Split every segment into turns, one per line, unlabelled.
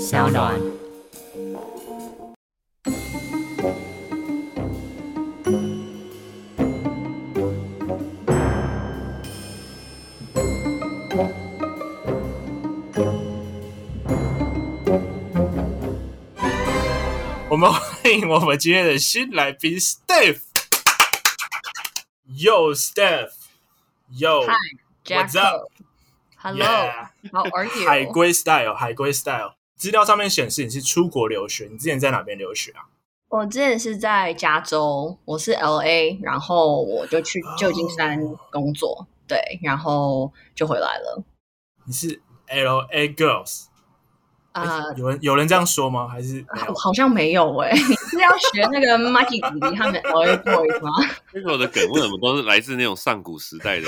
小暖。
我们欢迎我们今天的新来宾 Steph。Yo Steph。Yo。
Hi,
What's up?
Hello,
Yeah.
how are you?
海归 style，海归 style。资料上面显示你是出国留学，你之前在哪边留学啊？
我之前是在加州，我是 L A，然后我就去旧金山工作对，然后就回来了。
你是 L A girls
啊、
诶有人有人这样说吗？还是没有
我？好像没有哎、你是要学那个 Mikey 弟弟他 们 L A Boys 吗？
那时候的梗为什么都是来自那种上古时代的？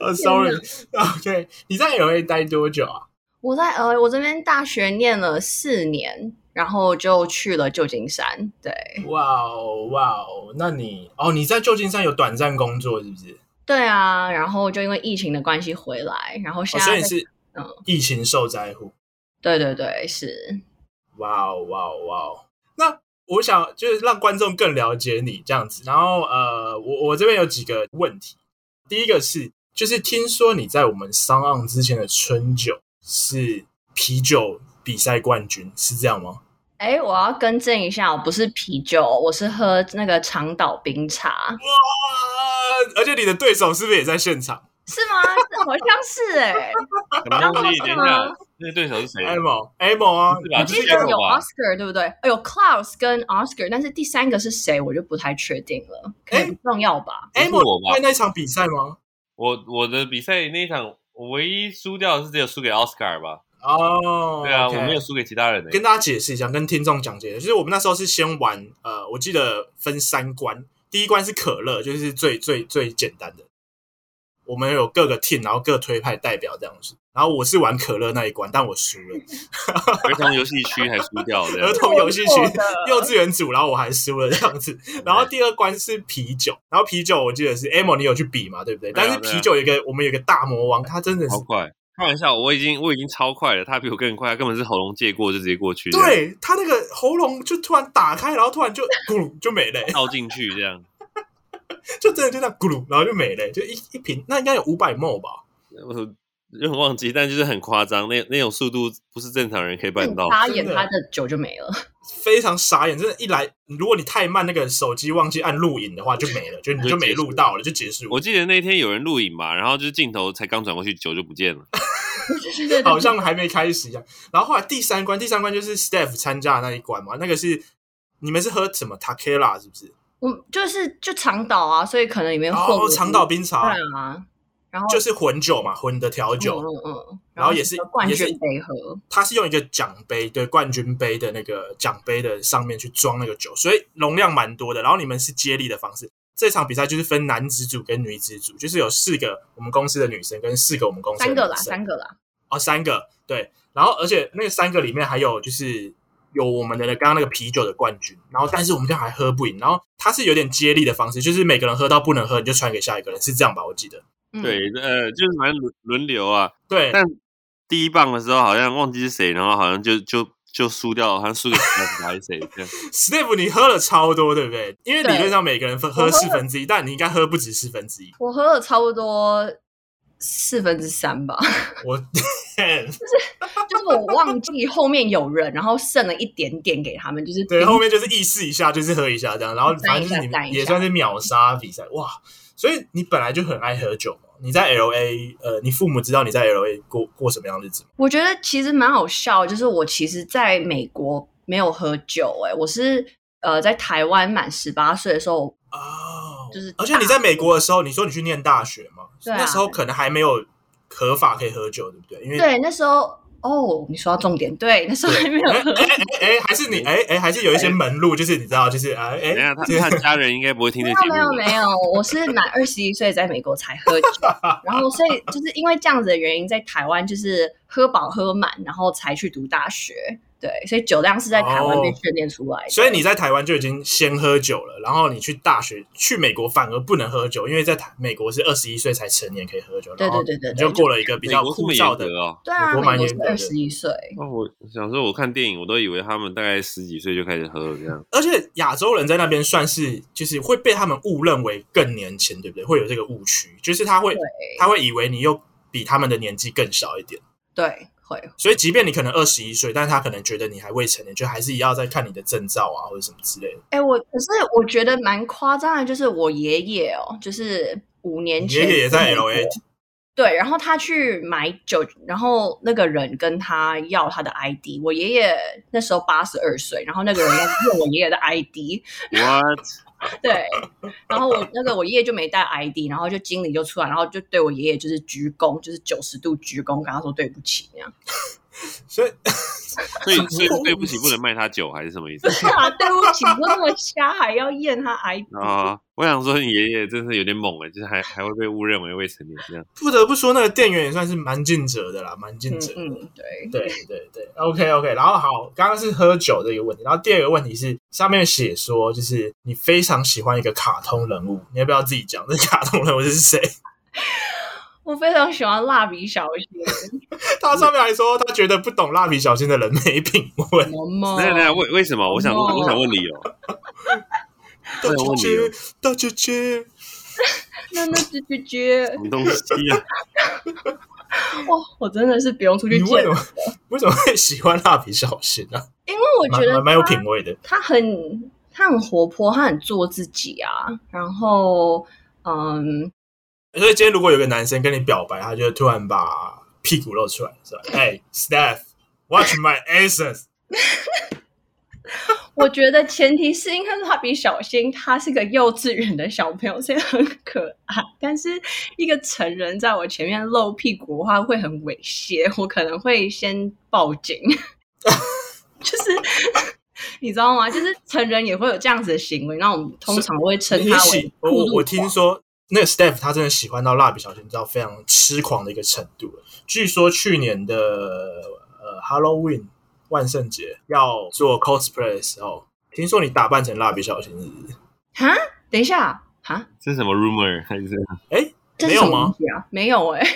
呃、s o r r y，OK，你在 L A 待多久啊？
我在 L A，我这边大学念了四年，然后就去了旧金山。对
哇哦哇哦，那你哦你在旧金山有短暂工作是不是？
对啊，然后就因为疫情的关系回来，然后
哦，
现
所以你
在在、
是
嗯
疫情受灾户。
对对对是。
哇哦哇哦哇哦！那我想就是让观众更了解你这样子。然后呃，我我这边有几个问题。第一个是，就是听说你在我们商岸之前的春酒是啤酒比赛冠军，是这样吗？
哎，我要更正一下，我不是啤酒，我是喝那个长岛冰茶，
哇！啊而且你的对手是不是也在现场
是吗？是好像是哎、
什么东西？
啊
等一下，那个对手是谁？
？Amo Amo 啊，
是吧
你
我
这
是
记
一
得
个
这
有
吧
Oscar 对不对？哎有 Klaus 跟 Oscar，但是第三个是谁，我就不太确定了，可能
哎
不重要吧。
不是我
Amo
吧
在那场比赛吗？
我我的比赛那一场，我唯一输掉的是只有输给奥斯卡吧？
哦，
对啊，我
OK
没有输给其他人的。
跟大家解释一下，跟听众讲解，就是我们那时候是先玩，呃，我记得分三关，第一关是可乐，就是最最最简单的。我们有各个 team，然后各推派代表这样子。然后我是玩可乐那一关，但我输了。
儿童游戏区还输 掉的啊
儿。童游戏区
我的、
幼稚园组，然后我还输了这样子。然后第二关是啤酒，然后啤酒我记得是 Amo，你有去比嘛，对不对？
对啊
但是啤酒有一个我们有一个大魔王，他真的是
超快！开玩笑，我已经我已经超快了，他比我更快，他根本是喉咙借过就直接过去，，
对他那个喉咙就突然打开，然后突然就咕噜就没了、欸
倒进去这样。
就真的就这样咕噜，然后就没了、就一一瓶，那应该有五百 ml 吧？
我有点忘记，但就是很夸张，那那种速度不是正常人可以办到。
眨眼，
真的
他的酒就没了。
非常傻眼，真的，一来如果你太慢，那个手机忘记按录影的话就没了，就你就没录到了，就结束。
我记得那天有人录影嘛，然后就是镜头才刚转过去，酒就不见了。
对对对对
好像还没开始一样。然后后来第三关，第三关就是 Steph 参加的那一关嘛，那个是你们是喝什么 Takela 是不是？
我就是就长岛啊，所以可能里面混
哦，长岛冰茶
对啊，然后
就是混酒嘛，混的调
嗯
酒，
嗯嗯，
然后也是
是冠
也是
军杯喝，
它是用一个奖杯，对冠军杯的那个奖杯的上面去装那个酒，所以容量蛮多的。然后你们是接力的方式，这场比赛就是分男子组跟女子组，就是有四个我们公司的女生跟四个我们公司的
三
男
个啦，
生
三个啦。
哦三个对，然后而且那三个里面还有就是有我们的刚刚那个啤酒的冠军，然后但是我们这样还喝不赢，然后它是有点接力的方式，就是每个人喝到不能喝你就传给下一个人，是这样吧？我记得
嗯，
对，呃，就是反正轮轮流啊。
对，
但第一棒的时候好像忘记是谁，然后好像就就就输掉了，好像输给 Steph 还是谁这 样。
Steve，你喝了超多，对不对？因为理
对
论上每个人分
我
喝
喝了
四分之一，但你应该喝不止四分之一。
我喝了差不多四分之三吧，
我
就是我忘记后面有人，然后剩了一点点给他们，就是
对
冰
后面就是意识一下，就是喝一下这样，然后反正就是你
沾一下沾一
们
下
也算是秒杀比赛哇！所以你本来就很爱喝酒嘛。你在 L A，呃，你父母知道你在 L A 过过什么样的日子吗？
我觉得其实蛮好笑，就是我其实在美国没有喝酒、欸，我是呃在台湾满十八岁的时候，
哦，
就是
而且你在美国的时候，你说你去念大学嘛，
对啊
那时候可能还没有合法可以喝酒，对不对？因为
对那时候哦，你说到重点，对那时候还没有 喝，
哎、还是你哎哎、还是有一些门路，就是你知道，就是哎哎、
等一下他 他家人应该不会听
没有
这节
没有
目吧。
没有，我是满二十一岁在美国才喝酒，然后所以就是因为这样子的原因，在台湾就是喝饱喝满，然后才去读大学。对，所以酒量是在台湾被
哦
训练出来的。
所以你在台湾就已经先喝酒了，然后你去大学去美国反而不能喝酒，因为在台美国是二十一岁才成年可以喝酒，
对
然后
对对对对
你就过了一个比较
美国这
枯
么
燥
严
的
格哦。
对啊，
美国蛮
美国是
严格的
二十一岁，
那我想说，我看电影我都以为他们大概十几岁就开始喝了这样。
而且亚洲人在那边算是就是会被他们误认为更年轻，对不对？会有这个误区，就是他会
对
他会以为你又比他们的年纪更小一点，
对，会
所以即便你可能二十一岁，但是他可能觉得你还未成年，就还是要再看你的证照啊或者什么之类的。
哎、我可是我觉得蛮夸张的，就是我爷爷哦，就是五年
你
前
爷爷也在
美国
L A，
对，然后他去买酒，然后那个人跟他要他的 ID。我爷爷那时候八十二岁，然后那个人要用我爷爷的 ID，
What？
对，然后我那个我爷爷就没带 ID，然后就经理就出来，然后就对我爷爷就是鞠躬，就是九十度鞠躬，跟他说对不起那样。
所以
所以所以对不起，不能卖他酒还是什么意思
不？是啊，对不起，你那么瞎还要验他 ID，、
啊，我想说你爷爷真是有点猛哎，就是还还会被误认为未成年这样。
不得不说，那个店员也算是蛮尽责的啦，蛮
嗯
尽责的。
嗯，对，
对对对，OK OK。然后好，刚刚是喝酒这个问题，然后第二个问题是上面写说，就是你非常喜欢一个卡通人物，你要不要自己讲这卡通人物是谁？
我非常喜欢蜡笔小 新，
他上面还说他觉得不懂蜡笔小新的人没品味，
萌萌，
那那为为什么？我想
哦
我想问理由。
大
对
姐
我理
姐
由，
大姐姐，
那那绝绝绝
什，么东西啊？
哇，我真的是不用出去
你
见
为什么为什么会喜欢蜡笔小新啊？
因为我
蛮
觉得
蛮蛮有
他
品味的。
他很他很活泼，他很做自己啊。然后，嗯，
所以今天如果有个男生跟你表白，他就突然把屁股露出来，是吧？哎、s t e p h watch my asses。
我觉得前提是因为蜡笔小新他是个幼稚园的小朋友，所以很可爱。但是一个成人在我前面露屁股的话，会很猥亵，我可能会先报警。 就是你知道吗？就是成人也会有这样子的行为，那我们通常会称
你
他为
喜我
酷
我
路
我
狂
听说那个 Steph 他真的喜欢到蜡笔小新到非常痴狂的一个程度了。据说去年的呃 Halloween 万圣节要做 cosplay 的时候，听说你打扮成蜡笔小新是不是？
哈，等一下哈，
这是什么 rumor 还是？
哎，
这
没
是
有
什么
吗
东西啊？没有哎、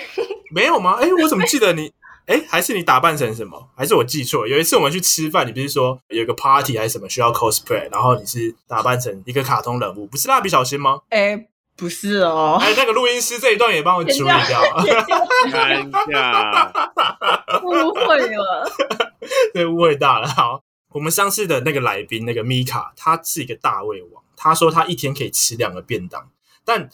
没有吗？哎，我怎么记得你？哎，还是你打扮成什么？还是我记错了？有一次我们去吃饭，你不是说有一个 party 还是什么需要 cosplay，然后你是打扮成一个卡通人物，不是蜡笔小新吗？
哎，不是 哦，
哎，那个录音师这一段也帮我处理掉啊，
尴 尬，
误会了。
对，误会大了。好，我们上次的那个来宾，那个米卡，他是一个大胃王，他说他一天可以吃两个便当，但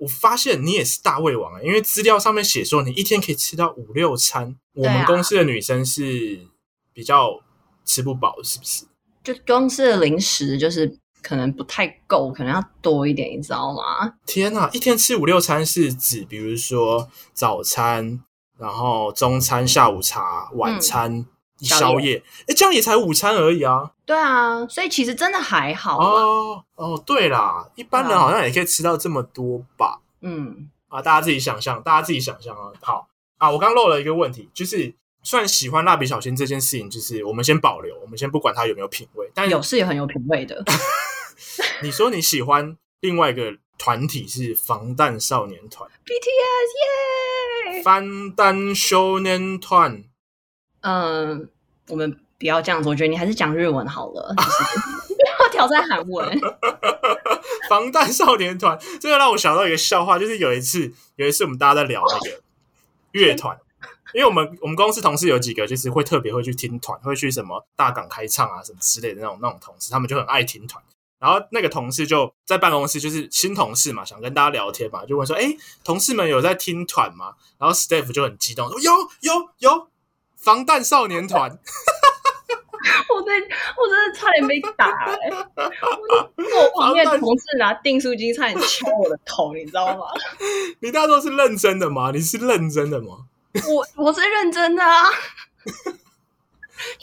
我发现你也是大胃王啊、因为资料上面写说你一天可以吃到五六餐。我
对啊
们公司的女生是比较吃不饱，是不是？
就光是零食，就是可能不太够，可能要多一点，你知道吗？
天呐，一天吃五六餐是指，比如说早餐，然后中餐、下午茶、晚餐、
嗯宵
宵夜，哎，这样也才午餐而已啊。
对啊，所以其实真的还好啊啦。
哦哦，对啦，一般人好像也可以吃到这么多吧？
嗯，
啊，大家自己想象，大家自己想象啊。好啊，我刚漏了一个问题，就是虽然喜欢蜡笔小新这件事情，就是我们先保留，我们先不管它有没有品味，但
有是也很有品味的。
你说你喜欢另外一个团体是防弹少年团，
BTS 耶！
防弹少年团。
嗯，我们不要这样子，我觉得你还是讲日文好了，就是 不要挑战韩文。
防弹少年团，这个让我想到一个笑话，就是有一次，有一次我们大家在聊那个乐团，因为我们我们公司同事有几个就是会特别会去听团，会去什么大港开唱啊什么之类的那种那种同事，他们就很爱听团。然后那个同事就在办公室，就是新同事嘛，想跟大家聊天嘛，就问说：“哎，同事们有在听团吗？”然后 Steph 就很激动说：“有有有，防弹少年团。”
我真我真的差点被打、欸，我我旁边的同事拿订书机差点敲我的头，你知道吗？
你那时候是认真的吗？你是认真的吗？
我我是认真的啊，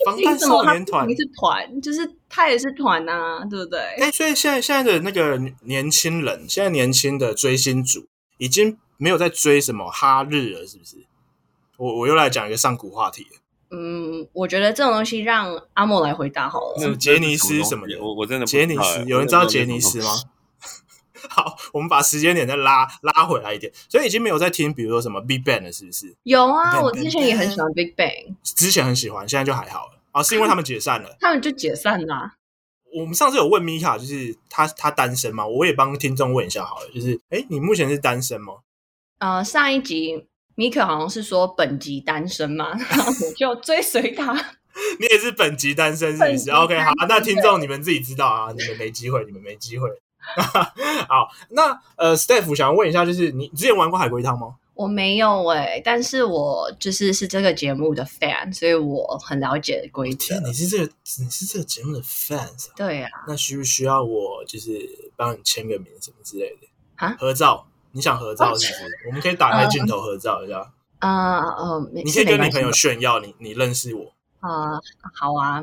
防
凭
弹
什么
少
他
年团
不是团，就是他也是团呐、对不对？
哎、所以现在现在的那个年轻人，现在年轻的追星族已经没有在追什么哈日了，是不是？我我又来讲一个上古话题了，
嗯，我觉得这种东西让阿莫来回答好了。
是杰尼斯什么的
我我真的不知
杰
道
尼
欸
斯，有人知道杰尼斯？
我
吗？好，我们把时间点再拉拉回来一点，所以已经没有在听，比如说什么 Big Bang 了，是不是？
有
你
啊，
看
我之前也很喜欢 Big Bang，
之前很喜欢，现在就还好了。哦，是因为他们解散了。
他们就解散啦。
我们上次有问米卡，就是他他单身吗？我也帮听众问一下好了，就是哎，你目前是单身吗？
呃，上一集米可好像是说本集单身嘛，然后我就追随他。
你也是本集单身是不
本
是
集
？OK，好，啊那
单身
听众你们自己知道啊，你们没机会，你们没机会。 好，那呃，Steph 想要问一下，就是你之前玩过海龟汤吗？
我没有哎、但是我就是是这个节目的 fan，所以我很了解规则
天，。你是这个你是这个节目的 fans，、啊、
对啊，
那需不需要我就是帮你签个名什么之类的？
啊哦
合照？你想合照是不是？我们可以打开镜头合照一下，
啊呃，没
你可以
是没
跟你
关系
朋友炫耀你你认识我，
啊、好 啊，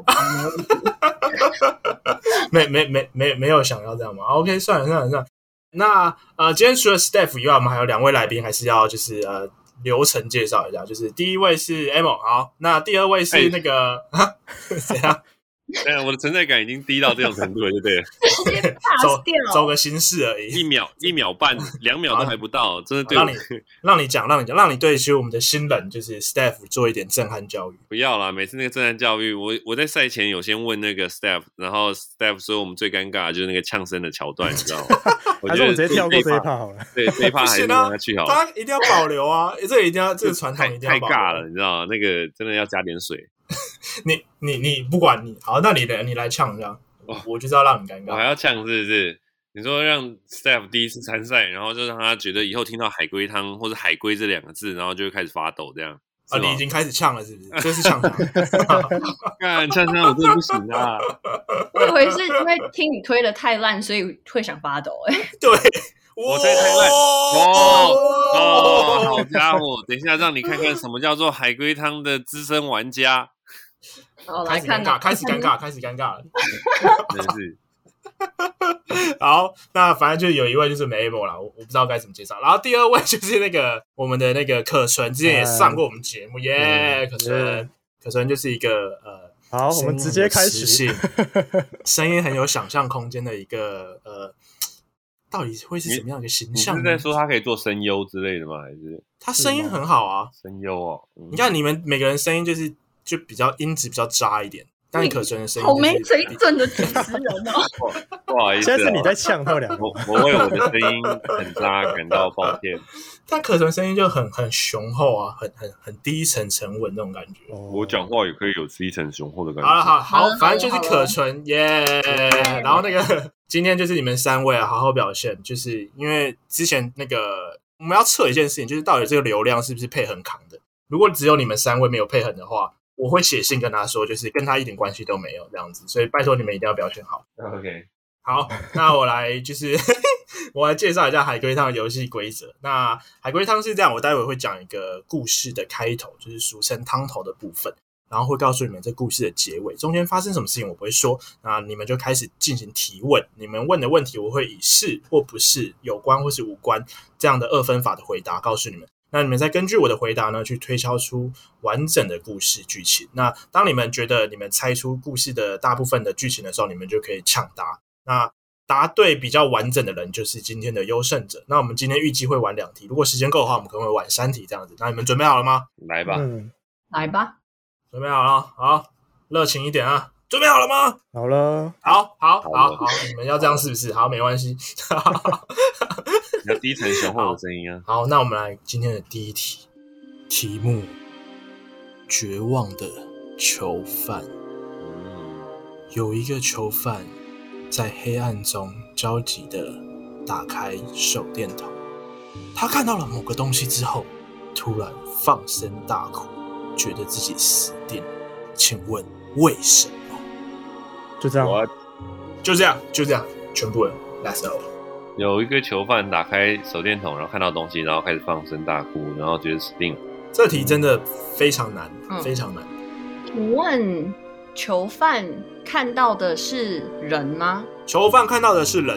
没
没
问题。
没没没没有想要这样吗？OK，算啊了算了算了。那呃，今天除了 Steph 以外，我们还有两位来宾，还是要就是呃流程介绍一下。就是第一位是 Amo，好，那第二位是
哎
那个、啊，怎样
但我的存在感已经低到这种程度了，对 不对了？
直接 pass
走走
掉。
个形式而
一
已，
秒、一秒半、两秒都还不到，真的对
让你
我
让你讲，让你讲，让你对其实我们的新人就是 Steph 做一点震撼教育。
不要啦！每次那个震撼教育，我我在赛前有先问那个 staff，然后 staff 说我们最尴尬的就是那个呛声的桥段，你知道 吗？我
还
觉
是
得
我直接跳过这一
一，
趴好了。
对这一趴还
不
是
行啊
让他去好了，
大家一定要保留啊！这一定要这个传统
太
一定要啊
太
保
尬
留
了，。你知道吗？那个真的要加点水，
你你你不管你好，那你来你来呛一下，
哦
我就是要让你尴
我还
尬。
要呛是不是？你说让 staff 第一次参赛，然后就让他觉得以后听到海龟汤或者海龟这两个字，然后就会开始发抖，这样
啊，
是吗
你已经开始呛了是不 是？这是呛啥？
干呛呛，我真的不行 啊！
我以为是因为听你推的太烂，所以会想发抖、 欸。哎，
对，
我在台湾哦，好家伙！等一下，让你看看什么叫做海龟汤的资深玩家，
好
开
来
始
看
尴尬，
到
开始尴 尬，开始尴尬了。
真是
好，那反正就有一位就是 Mabel 啦，我我不知道该怎么介绍。然后第二位就是那个我们的那个可纯，之前也上过我们节目耶，
嗯
可纯
耶，
可纯就是一个呃。
好，我们直接开
声音
始。
很有磁性，声音很有想象空间的一个呃，到底会是什么样的一个形
你是
象
在
呢？
说他可以做声优之类的吗？还是
他声音很好啊，
声优哦？嗯
你看你们每个人声音就是就比较音质比较渣一点，但
你
可纯的声音、
嗯好
就是、
没水准的主持人哦。
不好意思
现
啊，
在是你在呛他们两个
我，我为我的声音很渣感到抱歉。
但可纯声音就很很雄厚啊，很很很低沉沉稳那种感觉。
我
我
讲话也可以有一层雄厚的感觉。
好了，好好
好了，
反正就
好
是
了
可纯耶。然后那个今天就是你们三位啊好好表现，就是因为之前那个我们要测一件事情，就是到底这个流量是不是佩恒扛的。如果只有你们三位没有佩恒的话，我会写信跟他说，就是跟他一点关系都没有这样子。所以拜托你们一定要表现好。
，OK，
好，那我来就是 我来介绍一下海龟汤的游戏规则。那海龟汤是这样，我待会会讲一个故事的开头，就是俗称汤头的部分，然后会告诉你们这故事的结尾，中间发生什么事情我不会说，那你们就开始进行提问。你们问的问题，我会以是或不是、有关或是无关这样的二分法的回答告诉你们。那你们再根据我的回答呢，去推敲出完整的故事剧情。那当你们觉得你们猜出故事的大部分的剧情的时候，你们就可以抢答。那答对比较完整的人就是今天的优胜者。那我们今天预计会玩两题，如果时间够的话，我们可能会玩三题这样子。那你们准备好了吗？
来吧，
嗯，
来吧，
准备好了，好，热情一点啊！准备好了吗？
好了，
好好
好
好
了
好，你们要这样是不是？好，没关系。
你要第一层雄厚的声音啊。
好，那我们来今天的第一题，题目：绝望的囚犯。
嗯
有一个囚犯在黑暗中焦急地打开手电筒，他看到了某个东西之后，突然放声大哭，觉得自己死定了。请问为什么？
就这样。
我啊
就这样，就这样，全部人，That's all。
有一个囚犯打开手电筒，然后看到东西，然后开始放声大哭，然后觉得死定了。
这题真的非常难，
嗯
非常难。
请问囚犯看到的是人吗？
囚犯看到的是人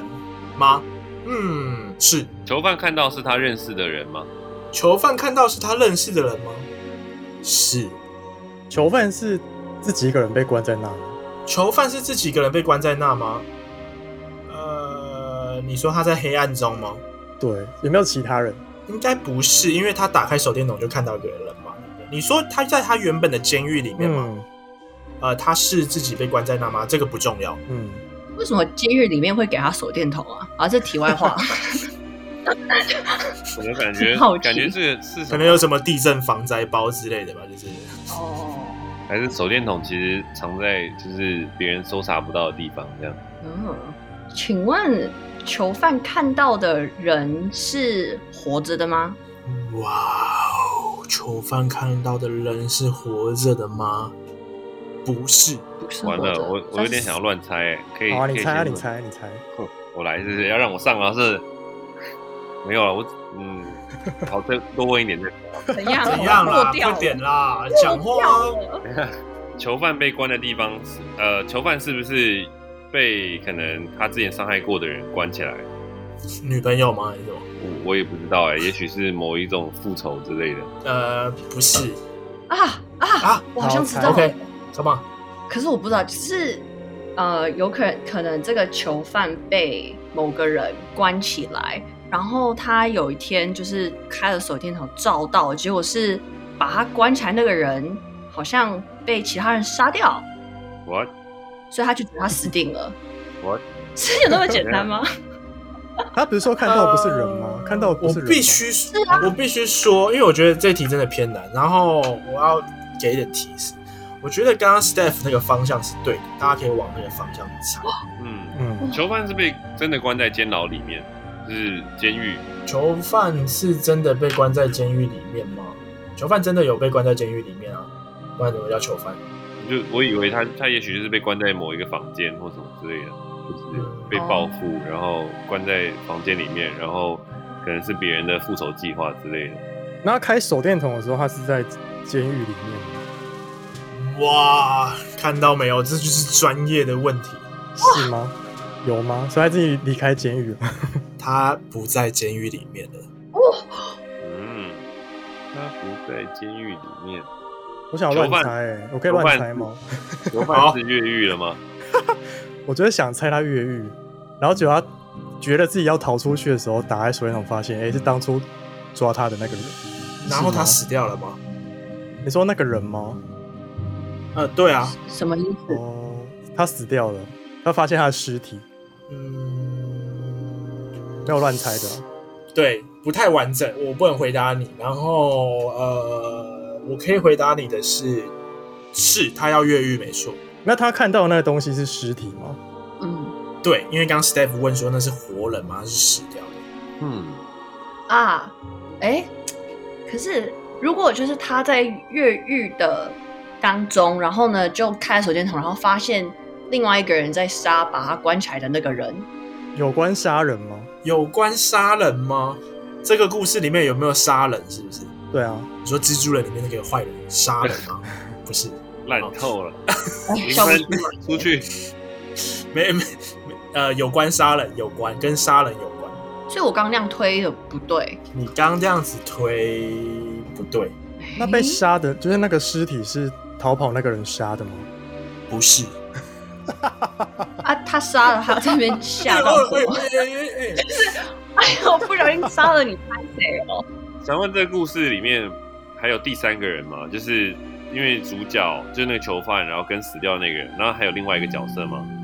吗？嗯，是。
囚犯看到是他认识的人吗？
囚犯看到是他认识的人吗？是。
囚犯是自己一个人被关在那，
囚犯是自己一个人被关在那吗？呃，你说他在黑暗中吗？
对，有没有其他人？
应该不是，因为他打开手电筒就看到一个人嘛。对不对你说他在他原本的监狱里面吗？
嗯
呃，他是自己被关在那吗？这个不重要。
嗯，
为什么监狱里面会给他手电筒啊？啊，这题外 话。
怎么感 觉
好奇
感觉这个是什
可
么
能？有什么地震防灾包之类的吧，就是
哦，
还是手电筒其实藏在就是别人搜查不到的地方， 这样。
嗯，请问囚犯看到的人是活着的吗？
哇哦，囚犯看到的人是活着的吗？不是，
不是活
完
着。
了，我我有点想要
要。
乱猜、欸，可以？
好啊，
可
你
以
猜啊，
先
你猜，你猜，
哼我来是不是要让我上啊？是？没有了，我嗯，好，再多问一点再。
怎样？
怎样
啊
啦？
我掉了
快点啦，讲话啊！
囚犯被关的地方是，呃，囚犯是不是被可能他之前伤害过的人关起来？
女朋友吗？还是什么？
我我也不知道哎、也许是某一种复仇之类的。
呃，不是
啊啊！
啊
我好像
好
知道
猜
了
，OK，什么？
可是我不知道，就是呃，有可可能这个囚犯被某个人关起来，然后他有一天就是开了手电筒照到，结果是把他关起来那个人好像被其他人杀掉，
我
所以他就觉得他死定了。
What？
是有那么简单吗？
他不是说看到不是人吗？
呃
看到不
我
是人吗，
必须说，我必须说，因为我觉得这题真的偏难，然后我要给一点提示。我觉得刚刚 Steph 那个方向是对的，大家可以往那个方向猜。
嗯，
嗯，
囚犯是被真的关在监牢里面，就是监狱。
囚犯是真的被关在监狱里面吗？囚犯真的有被关在监狱里面啊，不然怎么叫囚犯？
就我以为他他也许就是被关在某一个房间或什么之类的，就是被报
哦
复，然后关在房间里面，然后可能是别人的复仇计划之类的。
那他开手电筒的时候，他是在监狱里面吗
哇，看到没有，这就是专业的问题。
是吗？有吗？所以他自己离开监狱了。
他不在监狱里面了，
嗯，他不在监狱里面，
我想要
囚
乱
犯
猜、欸，我可以乱猜吗？
囚犯是越狱了吗？
我觉得想猜他越狱，然后结果他觉得自己要逃出去的时候，打开手电筒发现，哎、是当初抓他的那个人。
然后他
是
死掉了吗？
吗，你说那个人吗？
呃，对啊，
什么意思？
哦，他死掉了，他发现他的尸体，
嗯，
没有乱猜的啊、
对，不太完整，我不能回答你。然后呃，我可以回答你的是，是他要越狱没错。
那他看到的那个东西是尸体吗？
嗯
对，因为刚刚 Steph 问说那是活人吗？是死掉的？
嗯，
啊，哎，可是如果就是他在越狱的当中，然后呢就开了手电筒，然后发现另外一个人在杀把他关起来的那个人，
有关杀人吗？
有关杀人吗？这个故事里面有没有杀人？是不是？
对啊，
你说蜘蛛人里面那个坏人杀人吗？不是，
烂透了，
哎，
林
笑不
分
出来。
出去。
没没没，呃，有关杀人，有关跟杀人有关。
所以我刚刚那样推的不对。
你刚刚这样子推不对，
那被
哎
杀的就是那个尸体是逃跑那个人杀的吗？
不是。
啊，他杀了他，这边吓到我， 哎呦，不小心杀 了你，拍谁哦？
想问这个故事里面还有第三个人吗？就是因为主角就是那个囚犯，然后跟死掉的那个人，然后还有另外一个角色吗？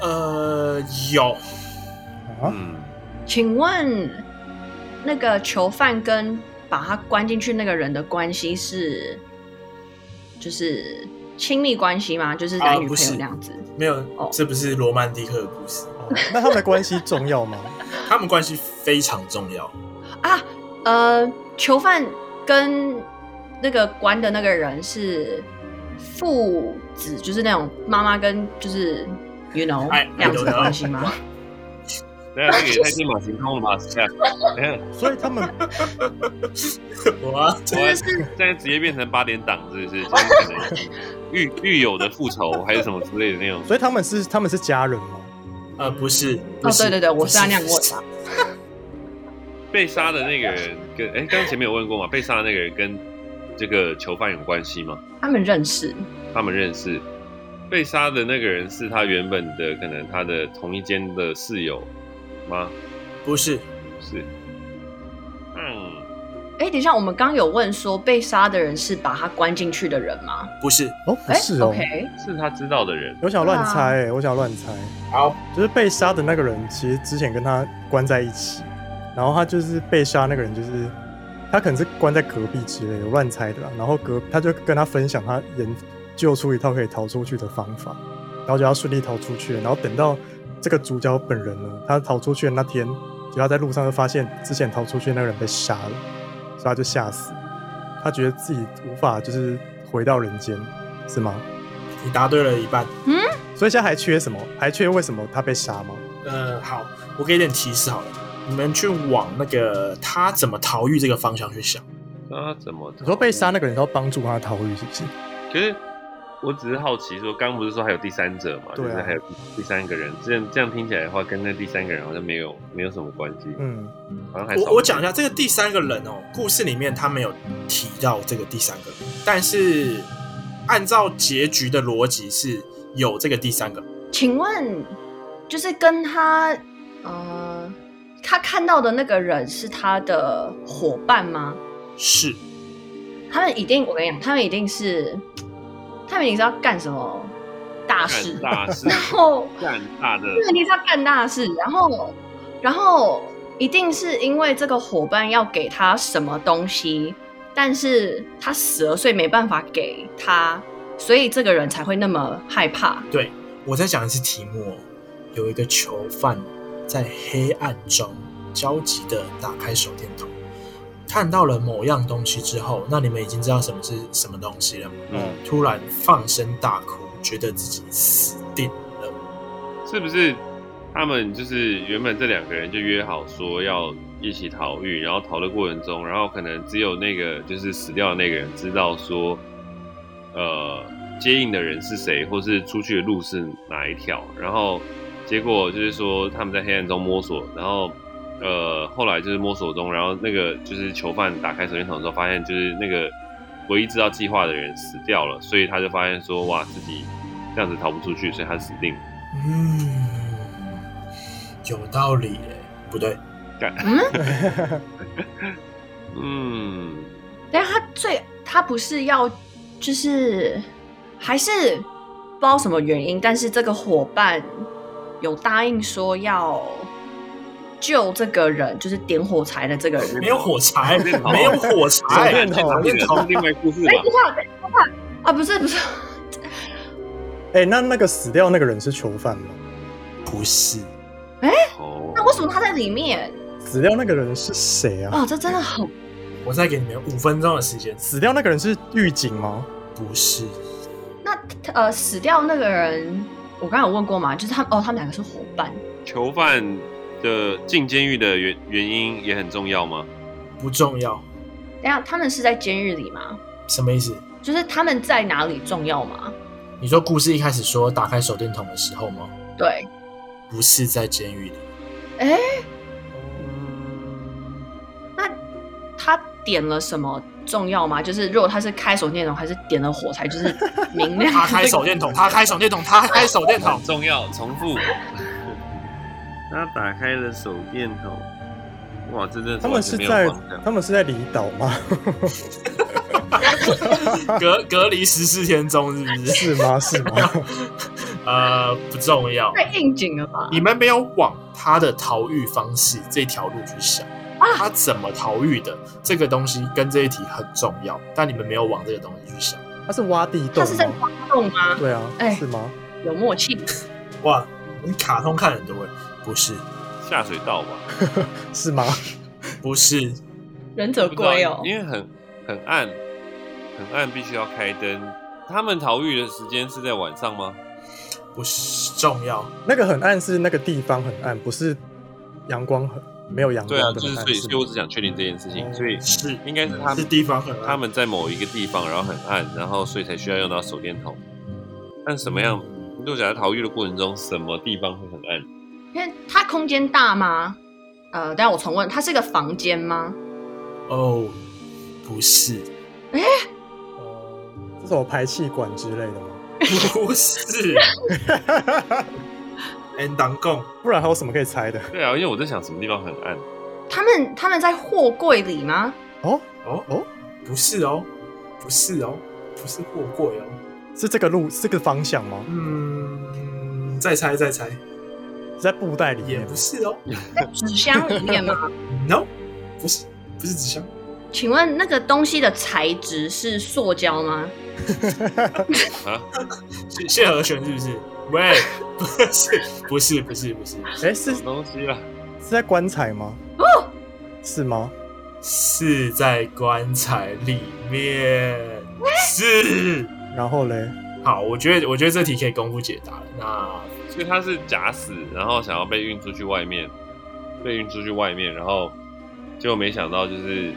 呃，有，
啊，
嗯，
请问那个囚犯跟把他关进去那个人的关系是，就是亲密关系吗？就是
啊
男女
不
朋
是
友那样子？
没有
哦，
这不是罗曼蒂克的故事，
哦那他们的关系重要 吗？
他们关系非常重要。
啊，呃，囚犯跟那个关的那个人是父子，就是那种妈妈跟就是。You know，
哎
那样子的
I don't know
关系吗？
等一下啊这个也太天马行空了吧！等一下等一下，
所以他们
哇，
真的是
现在直接变成八点档是不是？就是可能狱狱友的复仇还是什么之类的那种。
所以他们是他们是家人吗？
呃，不是，
哦
不，是
对对对，我是要那样
不
问的。
被杀的那个人跟哎，刚刚前面有问过嘛，被杀的那个人跟这个囚犯有关系吗？
他们认识，
他们认识。被杀的那个人是他原本的，可能他的同一间的室友吗？
不是，
是，嗯，
哎，等一下，我们刚有问说被杀的人是把他关进去的人吗？
不是，
哦，不是哦，
，OK，
是他知道的人，
我想乱
对啊
猜、欸，我想乱猜，
好，
就是被杀的那个人，其实之前跟他关在一起，然后他就是被杀那个人，就是他可能是关在隔壁之类的，我乱猜的啦。然后隔他就跟他分享他研究出一套可以逃出去的方法，然后就要顺利逃出去了。然后等到这个主角本人呢，他逃出去的那天，就他在路上就发现之前逃出去的那个人被杀了，所以他就吓死，他觉得自己无法就是回到人间，是吗？
你答对了一半。
所以现在还缺什么？还缺为什么他被杀吗？
呃，好，我给点提示好了，你们去往那个他怎么逃狱这个方向去想。
他啊怎么的
你？说被杀那个人是要帮助他逃狱，是不是？
可是我只是好奇说，刚刚不是说还有第三者嘛？
对啊
就是还有第第三个人，这样这样听起来的话，跟那第三个人好像没有没有什么关系，
嗯，
好像还少
我我讲一下这个第三个人哦，故事里面他没有提到这个第三个人，但是按照结局的逻辑是有这个第三个人。
请问就是跟他呃，他看到的那个人是他的伙伴吗？
是，
他们一定，我跟你讲，他们一定是，他们一定是要干什么大事
干，大 事，
然后
干大 的
对，你是要干大事，然后，然后一定是因为这个伙伴要给他什么东西，但是他死了，所以没办法给他，所以这个人才会那么害怕。
我在讲的是题目哦，有一个囚犯在黑暗中焦急的打开手电筒，看到了某样东西之后，那你们已经知道什么是什么东西了吗？
嗯，
突然放声大哭，觉得自己死定了。
是不是？他们就是原本这两个人就约好说要一起逃狱，然后逃的过程中，然后可能只有那个就是死掉的那个人知道说，呃，接应的人是谁，或是出去的路是哪一条，然后结果就是说他们在黑暗中摸索，然后呃后来就是摸索中，然后那个就是囚犯打开手电筒的时候，发现就是那个唯一知道计划的人死掉了，所以他就发现说哇自己这样子逃不出去，所以他死定了。
嗯，有道理耶，不对，
嗯，
但他最他不是要就是还是不知道什么原因，但是这个伙伴有答应说要救这个人，就是点火柴的这个人
没。有火柴，
电筒
哎没有火柴，
手电筒
啊
手电筒
是另外故事啊
哎、
吧
等一？下，等一下啊，不是不是，
哎、那那个死掉那个人是囚犯吗？
不是，
哦，
那为什么他在里面？
死掉那个人是谁啊？
哦，这真的很
我再给你们五分钟的时间，
死掉那个人是狱警吗？
不是，
那呃，死掉那个人，我刚刚有问过嘛，就是他哦，他们两个是伙伴，
囚犯的进监狱的原原因也很重要吗？
不重要，
等一下他们是在监狱里吗？
什么意思？
就是他们在哪里重要吗？
你说故事一开始说打开手电筒的时候吗？
对，
不是在监狱里，
那他点了什么重要吗？就是如果他是开手电筒还是点了火柴，就是 明亮。
他开手电筒，他开手电筒，他开手电 筒
很，重要，重复。他打开了手电筒，哇，这真的
他们是在他们是在离岛吗？
隔隔离十四天中是不是？
是吗？是吗？
呃，不重要，
太应景了吧？
你们没有往他的逃狱方式这条路去想，他怎么逃狱的这个东西跟这一题很重要，但你们没有往这个东西去想。
他是挖地洞
他是在
吗？
挖洞吗？
对啊，
哎
是吗？
有默契。
哇，你卡通看很多耶，不是，
下水道吧？
是吗？
不是，
忍者
不知道
龟哦，
因为很很暗，很暗，必须要开灯。他们逃狱的时间是在晚上吗？
不是重要，
那个很暗是那个地方很暗，不是阳光很没有阳
对啊，
光的
就是
很暗。
所以，
是
所以
吗
我只想确定这件事情，
哦
所以
是
应该是他
是
们
地方很
他
暗，
们在某一个地方，然后很暗，然后所以才需要用到手电筒。但什么样？就假在逃狱的过程中，什么地方会很暗？
因为它空间大吗？呃，但我重问，它是个房间吗？
哦，不是，
哦，这是我排气管之类的吗？
不是 ，N 党共
不然还有什么可以猜的？
对啊，因为我在想什么地方很暗，
他们他们在货柜里吗？
哦，
哦
哦
哦，不是哦，不是哦，不是货柜哦，
是这个路是这个方向吗？
嗯，再猜再猜，
是在布袋里
也
面吗
不？是哦
在纸箱里面 吗？
，No，不是，不是纸箱，
请问那个东西的材质是塑胶吗？
谢谢和弦是不是？喂， 不是，不是，不是，不是，
哎，是
什么东西啊？
是在棺材吗？
哦，
是吗？
是在棺材里面，是。
然后嘞，
好，我觉得我觉得这题可以公布解答了。那
所以他是假死，然后想要被运出去外面，被运出去外面，然后结果没想到就是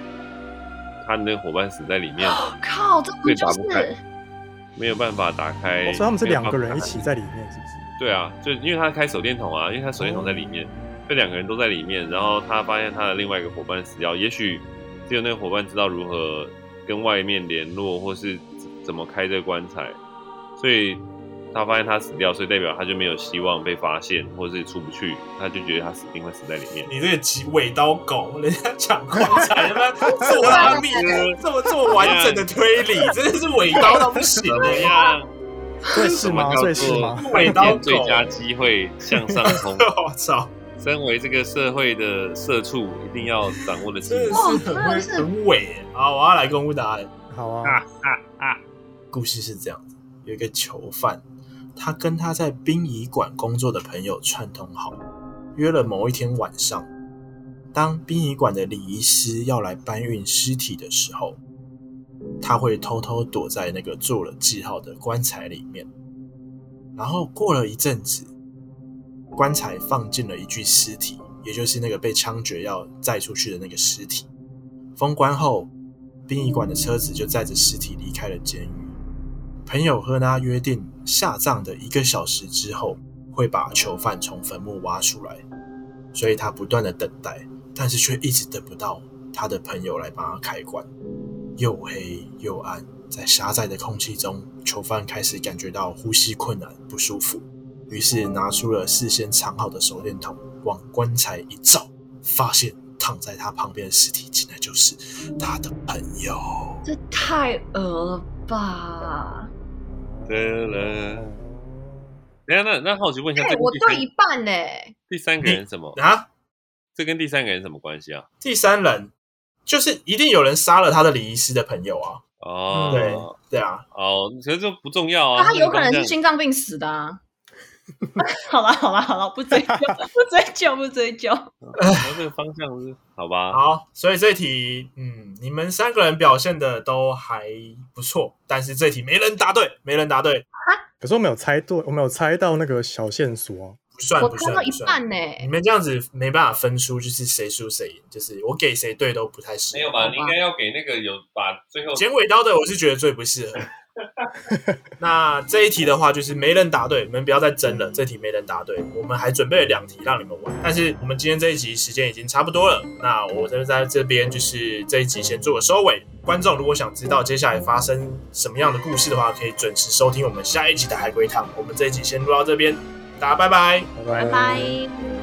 他的那个伙伴死在里面，
靠，这不
对
就
打不开
是
没有办法打开。
哦所以他们是两个
没有
人
办
一
法
起在里面，是不是？
对啊，就因为他开手电筒啊，因为他手电筒在里
哦
面，这两个人都在里面，然后他发现他的另外一个伙伴死掉，也许只有那个伙伴知道如何跟外面联络，或是怎么开这个棺材，所以他发现他死掉，所以代表他就没有希望被发现，或是出不去，他就觉得他死定会死在里面。
你这个急尾刀狗，人家讲棺材，他妈做他命，这么这么完整的推理，真的是尾刀到不行
怎
了
么样？
所以啊是 吗？所
这
以是
是
吗？
尾刀狗，
最佳机会向上 冲，
我操！
身为这个社会的社畜，一定要掌握的技
真的
能。
哦
是很
真的
会
是
很伪耶。好，我要来公布答案。
好啊，
啊啊啊！
故事是这样子：有一个囚犯，他跟他在殡仪馆工作的朋友串通好，约了某一天晚上。当殡仪馆的礼仪师要来搬运尸体的时候，他会偷偷躲在那个做了记号的棺材里面。然后过了一阵子，棺材放进了一具尸体，也就是那个被枪决要载出去的那个尸体。封棺后，殡仪馆的车子就载着尸体离开了监狱。朋友和他约定，下葬的一个小时之后会把囚犯从坟墓挖出来，所以他不断的等待，但是却一直等不到他的朋友来帮他开棺。又黑又暗，在狭窄的空气中，囚犯开始感觉到呼吸困难、不舒服，于是拿出了事先藏好的手电筒，往棺材一照，发现躺在他旁边的尸体竟然就是他的朋友。
这太恶了吧！
得了，等一下那那好奇问一下，
哎、
这
我
跟第
对
三
一半呢、
第三个人什么？
啊，
这跟第三个人什么关系啊？
第三人就是一定有人杀了他的礼仪师的朋友啊，
哦，
对对啊，
哦，可是这不重要啊。
那他有可能是
这
心脏病死的啊。 好了好了好了，不追究，不追究，不追究。
个方向，这个方向是好吧？
好，所以这题，嗯，你们三个人表现的都还不错，但是这题没人答对，没人答对，
可是我没有猜对，我没有猜到那个小线索啊。
不算，
我
不
看
算，
到一
不算。
半欸呢、
你们这样子没办法分出，就是谁输谁赢，就是我给谁对都不太适合。
没有吧？你应该要给那个有把最后
剪尾刀的，我是觉得最不适合。那这一题的话，就是没人答对，你们不要再争了。这题没人答对，我们还准备了两题让你们玩，但是我们今天这一集时间已经差不多了。那我这边在这边就是这一集先做个收尾。观众如果想知道接下来发生什么样的故事的话，可以准时收听我们下一集的海龟汤。我们这一集先录到这边，大家拜拜。
拜
拜拜。